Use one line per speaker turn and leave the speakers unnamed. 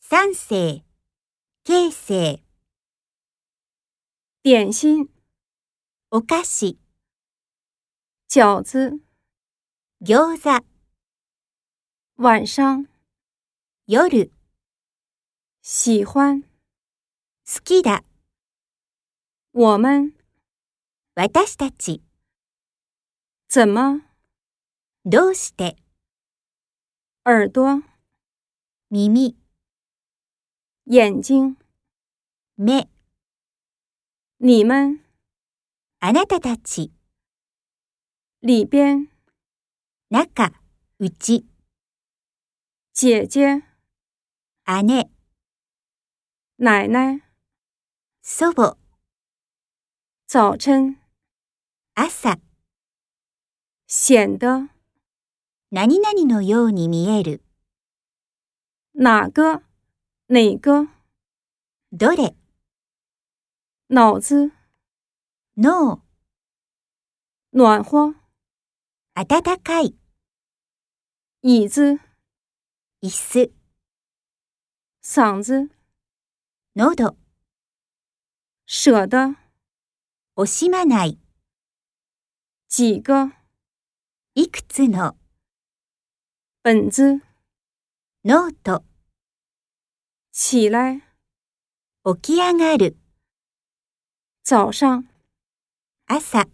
三世、形成、
点心、
お菓子、
饺子、
餃子、
晚上、
夜、
喜欢、
好きだ、
我们、
私たち、
怎么、
どうして、
耳朵、
耳、
眼睛、
目、
你们、
あなたたち、
里边、
中、うち、
姐姐、
姉、
奶奶、
祖母、
早晨、
朝、
显得、
何々のように見える、
哪个、哪个、
どれ、
脑子、
脳、
暖和、
暖かい、
椅子、
椅子、
嗓子、
喉、
舍得、
惜しまない、
几个、
いくつの、
本子、
ノート、
起来、
起き上がる、
早上。
朝。